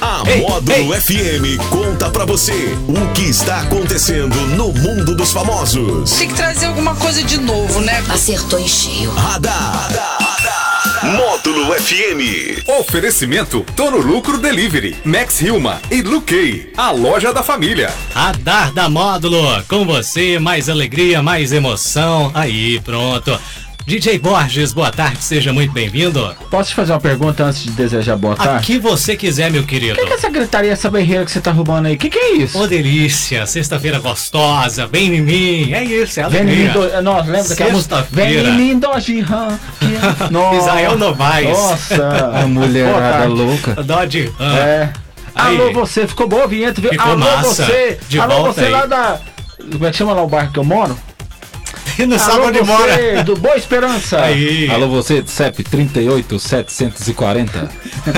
A Módulo FM conta pra você o que está acontecendo no mundo dos famosos. Tem que trazer alguma coisa de novo, né? Acertou em cheio. Radar. Módulo FM. Oferecimento Tono Lucro Delivery, Max Hilma e Luquei, a loja da família. Radar da Módulo, com você, mais alegria, mais emoção. Aí, pronto. DJ Borges, boa tarde, seja muito bem-vindo. Posso te fazer uma pergunta antes de desejar boa A tarde? que você quiser, meu querido. O que é essa gritaria, essa berreira que você tá roubando aí? O que, que é isso? Ô delícia, sexta-feira gostosa, vem em mim, é isso, é Vem alegria. lindo, nós lembra daquela música? Sexta-feira. Vem lindo, Jihan. é- Israel Novaes. Nossa, A Boa mulherada tarde. louca. Dodge, ah, É. Aí. Alô, você, ficou boa a vinheta, viu? Ficou Alô, massa. você. De Alô, volta você aí. lá da. Como é que chama lá o bairro que eu moro? não sabe Alô, onde você ah, mora. do Boa Esperança. Aí, Alô, você, CEP 38 740 000.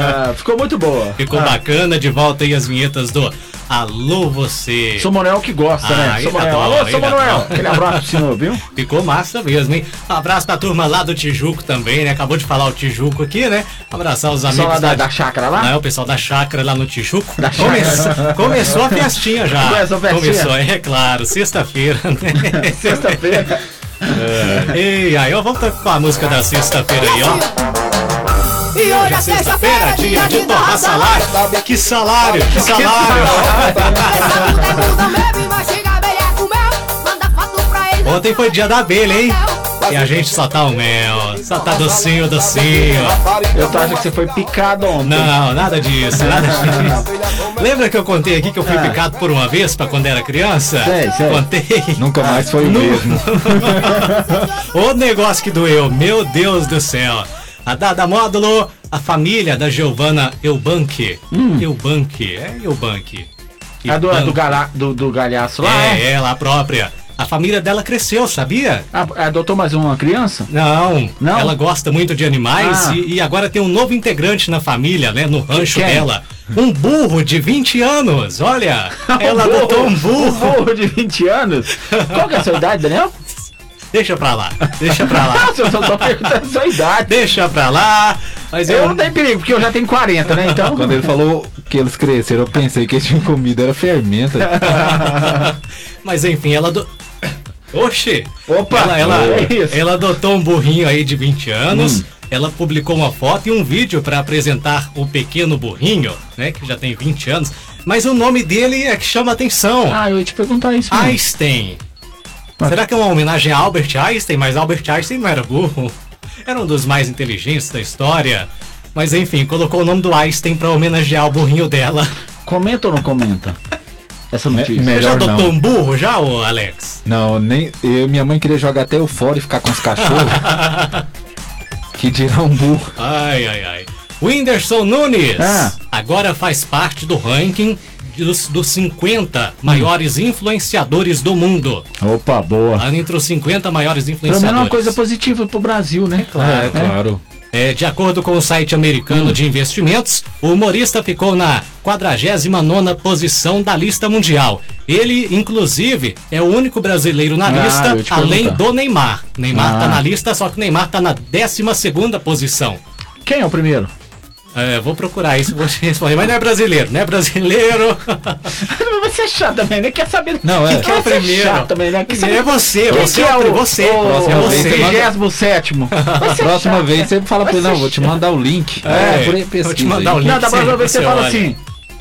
Ah, ficou muito boa. ficou bacana, de volta aí as vinhetas do Alô Você. Sou Manuel que gosta, Ah, né? ainda Sou Manuel. bom, Alô, ainda sou Manuel. bom. Aquele abraço, senhor, viu? Ficou massa mesmo, hein? Abraço pra turma lá do Tijuco também, né? Acabou de falar o Tijuco aqui, né? Abraçar os Só amigos lá da, da chácara lá? Não, o pessoal da chácara lá no Tijuco. chácara. Começou, começou a festinha já. Começou a festinha? Começou, é claro. Sexta-feira, né? tá Sexta-feira. Ei, aí, ó, vamos tocar a música da sexta-feira aí, ó. E hoje é sexta-feira, dia de torrar salário. Que salário, que salário. Ontem foi dia da abelha, hein? E a gente só tá o mel, só tá docinho, docinho. Eu tô achando que você foi picado ontem. Não, nada disso, nada disso. Lembra que eu contei aqui que eu fui picado por uma vez pra quando era criança? Ah. Sei, sei. Contei. Nunca mais foi o mesmo. O negócio que doeu, meu Deus do céu. A Dada Módulo, a família da Giovana Eubank. Eubank, é Eubank. Hum. É A do, a do, Eubank. galha, do, do galhaço lá? é? É, ela própria. A família dela cresceu, sabia? A- Ah, Adotou mais uma criança? Não, Não? ela gosta muito de animais Ah. e, e agora tem um novo integrante na família, né? No rancho Quem? dela. Um burro de 20 anos, olha! Ela Um adotou um Um burro. burro de 20 anos? Qual que é a sua idade, Daniel? Deixa pra lá, deixa pra lá, Nossa, eu só tô perguntando a sua idade. deixa pra lá. Mas Eu não tenho perigo, porque eu já tenho 40, né? Então. Quando ele falou que eles cresceram, eu pensei que eles tinham comido, era fermenta. Mas enfim, ela do... Oxi! Opa! Ela, ela, É isso. Hum. ela adotou um burrinho aí de 20 anos. Ela publicou uma foto e um vídeo para apresentar o pequeno burrinho, né? Que já tem 20 anos. Mas o nome dele é que chama atenção. Ah, eu ia te perguntar isso. mesmo. Einstein. Será que é uma homenagem a Albert Einstein? Mas Albert Einstein não era burro. Era um dos mais inteligentes da história. Mas enfim, colocou o nome do Einstein para homenagear o burrinho dela. Comenta ou não comenta? Essa notícia. Você já Melhor adotou não. um burro já, ô Alex? Não, nem. Eu, minha mãe queria jogar até eu fora e ficar com os cachorros. que dirá um burro. Ai, ai, ai. Whindersson Nunes Ah. agora faz parte do ranking dos, dos 50 maiores influenciadores do mundo. Opa, boa. Tá entre os 50 maiores Ah. Pelo menos é influenciadores. uma coisa positiva pro Brasil, né? É, claro. É, de acordo com o site americano Hum. de investimentos, o humorista ficou na 49ª posição da lista mundial. Ele, inclusive, é o único brasileiro na Ah, lista, eu ia te além perguntar. Ah. do Neymar. Neymar tá na lista, só que Neymar tá na 12ª posição. Quem é o primeiro? É, vou procurar isso, vou te responder. Mas não é brasileiro, não é brasileiro. Você é chato também, né? Quer saber? Não, é. Que que é primeiro? chato também, né? Quer Primeiro é saber- você, Quem você que é o- o, você, o, é próxima o vez você manda- 37 Próxima né? vez né? você fala pra ele, não, vou te mandar o link. É, por aí, vou te pesquisa mandar aí. o link. é Não, da próxima vez Você você fala olha. assim.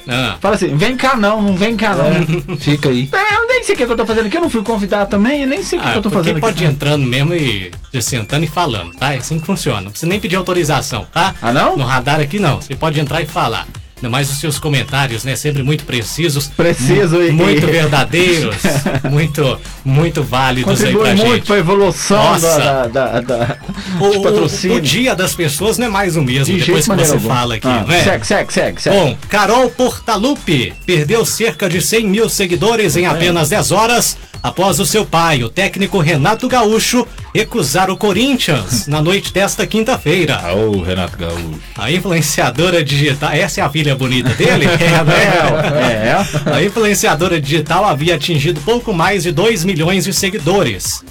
Ah, Fala assim, vem cá não, não vem cá não. Fica aí. É, Eu nem sei o que, é que eu tô fazendo aqui, eu não fui convidado também, eu nem sei o que, ah, que eu tô porque fazendo pode aqui. ir entrando mesmo e e sentando e falando, tá? É assim que funciona. Não precisa nem pedir autorização, tá? Ah, não? No radar aqui não. Você pode entrar e falar. Ainda mais os seus comentários, né? Sempre muito precisos. Preciso e- Muito e- verdadeiros. muito, muito válidos Contribui aí pra muito gente. pra evolução Nossa. da, da, da, da- O, de o, patrocínio. o dia das pessoas não é mais o mesmo, De depois jeito que maneiro você algum. fala aqui, Ah, não é? Segue, segue, segue, segue. Bom, Carol Portalupe perdeu cerca de 100 mil seguidores é? em apenas 10 horas após o seu pai, o técnico Renato Gaúcho, recusar o Corinthians na noite desta quinta-feira. Ô, Renato Gaúcho. A influenciadora digital. Essa é a filha bonita dele? É, né? É, A influenciadora digital havia atingido pouco mais de 2 milhões de seguidores.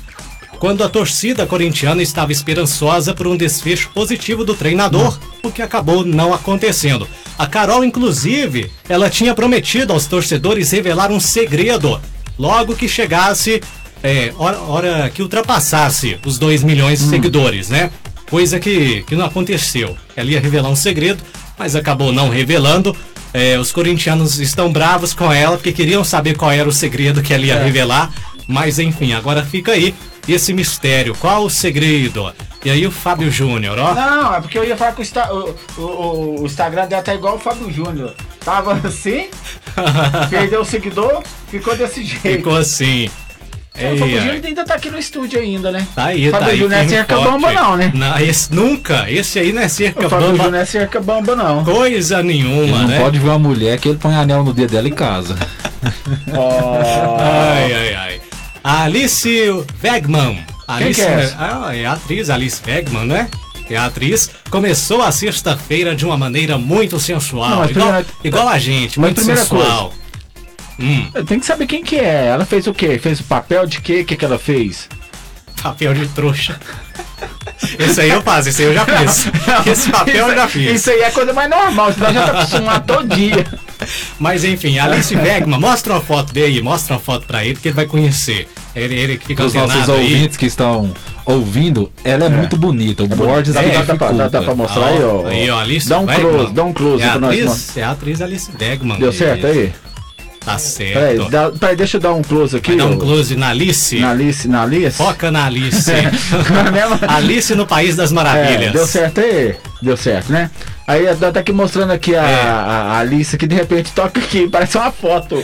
Quando a torcida corintiana estava esperançosa por um desfecho positivo do treinador, tempo que acabou não acontecendo. A Carol, inclusive, ela tinha prometido aos torcedores revelar um segredo logo que chegasse, é, hora, hora que ultrapassasse os 2 milhões de seguidores, né? Coisa que, que não aconteceu. Ela ia revelar um segredo, mas acabou não revelando. É, os corintianos estão bravos com ela porque queriam saber qual era o segredo que ela É. ia revelar. Mas enfim, agora fica aí esse mistério. Qual o segredo? E aí o Fábio Júnior, ó. Não, é porque eu ia falar que o, Insta- o- o- o Instagram dela tá igual o Fábio Júnior. Tava assim, perdeu o seguidor, ficou desse jeito. Ficou assim. É, o Fábio Ei, Júnior ainda tá aqui no estúdio ainda, né? Tá aí, Fábio tá aí. Júnior é firme e cerca forte. bamba não, né? esse, nunca. Esse aí não é cerca O Fábio bamba. Júnior é cerca bamba não. Coisa nenhuma, Não né? pode ver uma mulher que ele põe anel no dedo dela e casa. Ai, ai, ai. A Alice Wegman. Alice, que é essa? Ah, é a atriz Alice Wegman, né? É a atriz. Começou a sexta-feira de uma maneira muito sensual. Não, mas igual, primeira- igual a gente, mas muito primeira sensual. Tem que saber quem que é. Ela fez o quê? Fez o papel de quê? O que, que ela fez? Papel de trouxa. Esse aí eu faço, esse aí eu já fiz. Esse papel eu já isso, fiz. isso aí é coisa mais normal, senão já tá acostumado todo dia. Mas enfim, Alice Wegman, mostra uma foto dele, mostra uma foto pra ele que ele vai conhecer. Ele, ele que fica Para os antenado nossos aí. ouvintes que estão ouvindo, ela é, muito bonita. O Borges Dá, é, dá, dá, pra- dá, dá pra mostrar aí, ó. Aí, ó, Alice dá um Wegman. close, dá um close é pra a nós, atriz, mano. É a atriz Alice Wegman. Deu certo é aí? Tá certo. Peraí, dá- peraí, deixa eu dar um close aqui. Vai dar um ô. close na Alice. Na Alice, na Alice. Foca na Alice. mesmo? Alice no País das Maravilhas. É, deu certo aí? Deu certo, né? Aí tá tá aqui mostrando aqui a, É. a- a Alice que de repente toca aqui, parece uma foto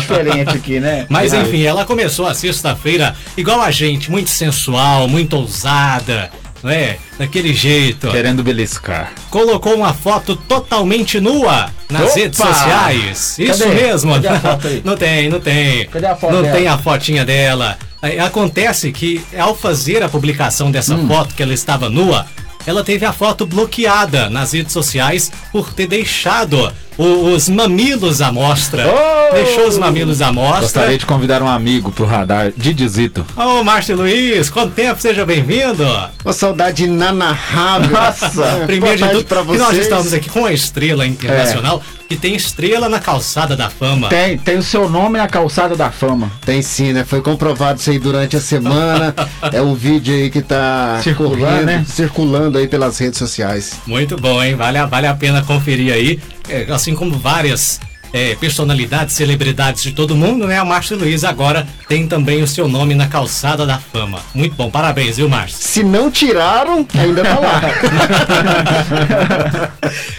diferente aqui, né? Mas Ah, enfim, ela começou a sexta-feira igual a gente, muito sensual, muito ousada, né? Daquele jeito. querendo beliscar. Colocou uma foto totalmente nua nas Opa! redes sociais. Isso Cadê? mesmo. Cadê a foto aí? Não tem, não tem. Cadê a foto Não dela? tem a fotinha dela. É, Acontece que ao fazer a publicação dessa Hum. foto que ela estava nua, ela teve a foto bloqueada nas redes sociais por ter deixado o- os mamilos à mostra. Oh! Deixou os mamilos à mostra. Gostaria de convidar um amigo pro radar, Didizito. Ô, Márcio Luiz, quanto tempo, seja bem-vindo. Uma saudade inanarrável. Nossa. Primeiro de tarde tudo, pra que nós vocês. É. estamos aqui com uma estrela internacional que tem estrela na calçada da fama. Tem, tem o seu nome na calçada da fama. Tem sim, né? Foi comprovado isso aí durante a semana. é um vídeo aí que tá Circulando, correndo, né? circulando aí pelas redes sociais. Muito bom, hein? Vale a, vale a pena conferir aí. É, assim como várias é, personalidades, celebridades de todo mundo, né? O Márcio Luiz agora tem também o seu nome na calçada da fama. Muito bom, parabéns, viu, Márcio? Se não tiraram, ainda tá lá.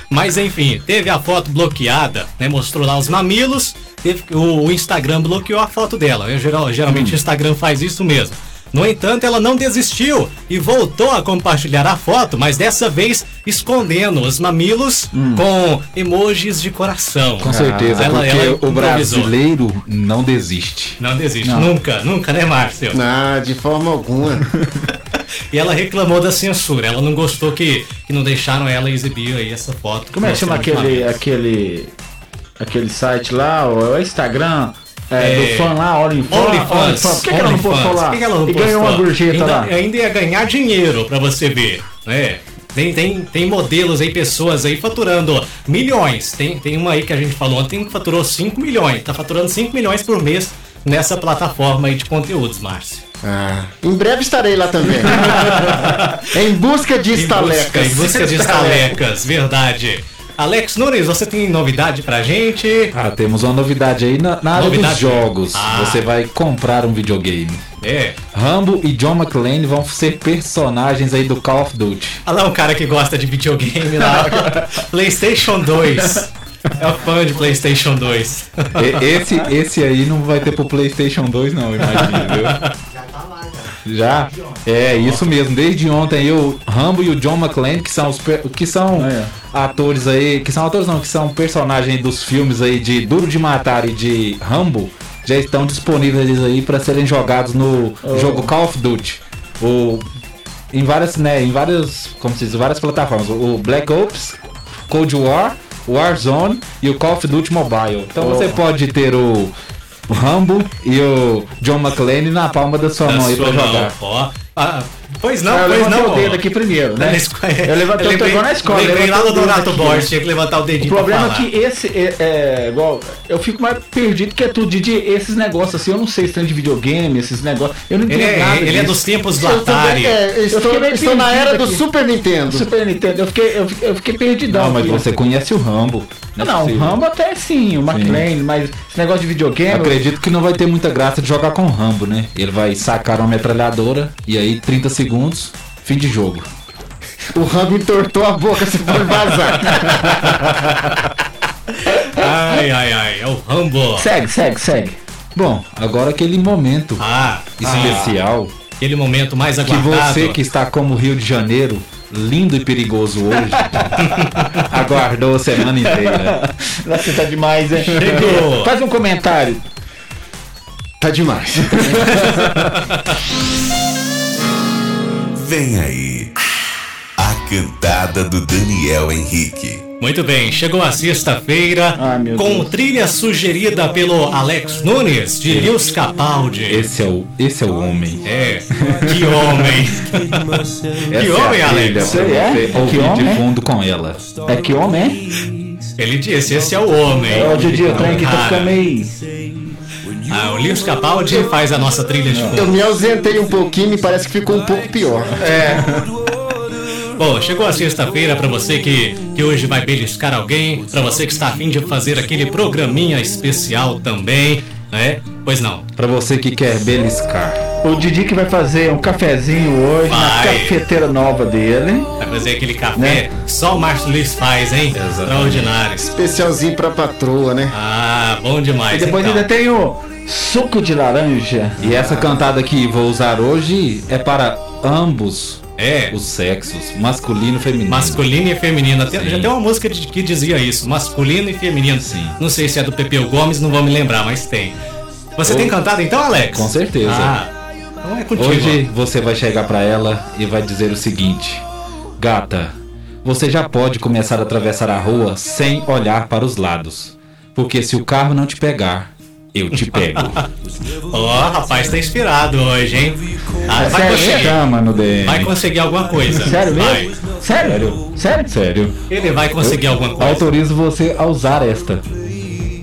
Mas enfim, teve a foto bloqueada, né? Mostrou lá os mamilos, teve- o, o Instagram bloqueou a foto dela. Eu, geral- geralmente o Instagram faz isso mesmo. No entanto, ela não desistiu e voltou a compartilhar a foto, mas dessa vez escondendo os mamilos com emojis de coração. Com certeza, ela- porque ela o improvisou. brasileiro não desiste. Não desiste, nunca, nunca, né, Márcio? não, de forma alguma. E ela reclamou da censura, ela não gostou que, que não deixaram ela exibir aí essa foto. Como é que chama Mostrando os aquele, mamilos. aquele, aquele site lá, o Instagram? É, É. do fã lá, OnlyFans. OnlyFans. Por que, que ela não postou OnlyFans. lá? Por que que ela não e ganhou postou? uma gorjeta ainda, é. lá. Ainda ia ganhar dinheiro pra você ver, né? Tem, tem, tem modelos aí, pessoas aí faturando milhões. Tem, tem uma aí que a gente falou ontem que faturou 5 milhões. Tá faturando 5 milhões por mês nessa plataforma aí de conteúdos, Márcio. Ah, em breve estarei lá também. em busca de Em busca, estalecas. em busca de estalecas, verdade. Alex Nunes, você tem novidade pra gente? Ah, temos uma novidade aí na, na área Novidade? dos jogos. Ah. Você vai comprar um videogame. É. Rambo e John McClane vão ser personagens aí do Call of Duty. Olha lá um cara que gosta de videogame lá. PlayStation 2. É o fã de PlayStation 2. E- esse, esse aí não vai ter pro PlayStation 2, não, imagina, viu? tá Já? É, isso mesmo. Desde ontem eu, Rambo e o John McClane, que são os per- que são É. atores aí, que são atores não, que são personagens dos filmes aí de Duro de Matar e de Rambo, já estão disponíveis aí para serem jogados no jogo Call of Duty. O em várias, né, em várias, como se diz, várias plataformas. O Black Ops, Cold War, Warzone e o Call of Duty Mobile. Então você Oh. pode ter o o Rambo e o John McClane na palma da sua Da mão um aí pra sua mão, jogar. ó. Ah, Pois não, eu pois levantei não. o dedo aqui primeiro, né? Eu levantei o dedo na escola. Lembrei lá levantei do o dedo Donato aqui. Borges, tinha que levantar o dedinho O pra problema é falar. que esse é, é, igual. Eu fico mais perdido que é tudo. Didi, esses negócios assim, eu não sei se tem de videogame, esses negócios. Eu não entendo Ele é, nada. ele é disso. dos tempos do Eu também, Atari. é, eu estou, fiquei meio estou na perdido era do aqui. Super Nintendo. Super Nintendo, eu fiquei, eu fiquei, eu fiquei perdidão. Não, mas com você isso. conhece o Rambo. Não, é não, o possível. Rambo é até sim, o McLean, mas esse negócio de videogame. Acredito que não vai ter muita graça de jogar com o Rambo, né? Ele vai sacar uma metralhadora e aí 30 segundos, fim de jogo. O Rambo entortou a boca se for vazar. Ai, ai, ai, é o Rambo. segue, segue, segue. Bom, agora aquele momento Ah, especial. especial Aquele momento mais que aguardado. você que está como Rio de Janeiro, lindo e perigoso hoje, aguardou a semana inteira. Nossa, tá demais, hein? Chegou. Faz um comentário. Tá demais. Vem aí. A cantada do Daniel Henrique. Muito bem, chegou a sexta-feira meu com trilha sugerida pelo Alex Nunes de Lewis Capaldi. Esse é o, esse é o homem. É, que homem. que homem, Alex. Essa é a trilha é pra é? Que você ouvir homem? de fundo com ela. É que homem, hein? Ele disse, esse é o homem. Ô, Didi, o trem aqui tá Cara, ficando meio. ah, o Lewis Capaldi faz a nossa trilha de fundo. Eu me ausentei um pouquinho, me parece que ficou um pouco pior. Bom, chegou a sexta-feira pra você que, que hoje vai beliscar alguém, pra você que está afim de fazer aquele programinha especial também, né? Pois não, Pra você que quer beliscar. O Didi que vai fazer um cafezinho hoje na Vai. cafeteira nova dele. vai fazer aquele café Né? que só o Márcio Luiz faz, hein? Extraordinário. Especialzinho pra patroa, né? Ah, bom demais. Depois então. ainda tem o suco de laranja. E essa cantada que vou usar hoje é para ambos É. os sexos, masculino e feminino. Masculino e feminino. Até, Sim. já tem uma música de- que dizia isso, masculino e feminino. Sim. Não sei se é do Pepeu Gomes, não vou me lembrar, mas tem. Você tem cantado então, Alex? Com certeza. Ah, então é contigo. Hoje você vai chegar para ela e vai dizer o seguinte: Gata, você já pode começar a atravessar a rua sem olhar para os lados, porque se o carro não te pegar, eu te pego. Ó, rapaz, tá inspirado hoje, hein? Ah, vai, conseguir, chama no DM. vai conseguir alguma coisa. Sério vai. mesmo? Sério? Sério? Sério. Ele vai conseguir alguma coisa. Autorizo você a usar esta.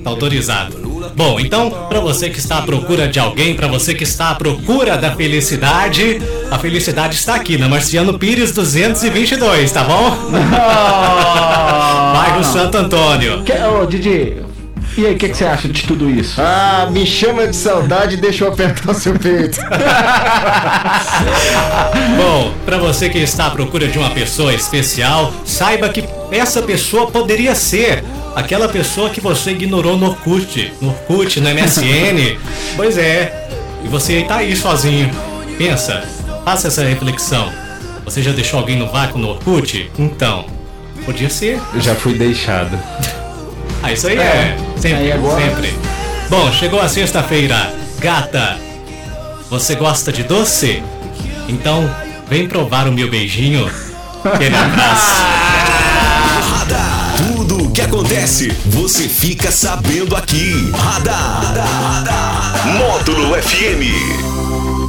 Tá autorizado. Bom, então, pra você que está à procura de alguém, pra você que está à procura da felicidade, a felicidade está aqui na Marciano Pires 222, tá bom? Bairro Santo Antônio. Ah! Que, ô, Didi, e aí, o que, que você acha de tudo isso? Ah, me chama de saudade e deixa eu apertar o seu peito. Bom, pra você que está à procura de uma pessoa especial, saiba que essa pessoa poderia ser aquela pessoa que você ignorou no Orkut, no Orkut, no MSN. pois é. E você tá aí sozinho. Pensa, faça essa reflexão. Você já deixou alguém no vácuo no Orkut? Então, podia ser. Eu já fui deixado. Ah, isso aí é. Sempre, Aí agora- sempre. Bom, chegou a sexta-feira. Gata, você gosta de doce? Então, vem provar o meu beijinho. Aquele abraço. Tudo o que acontece, você fica sabendo aqui. Radar. Módulo FM.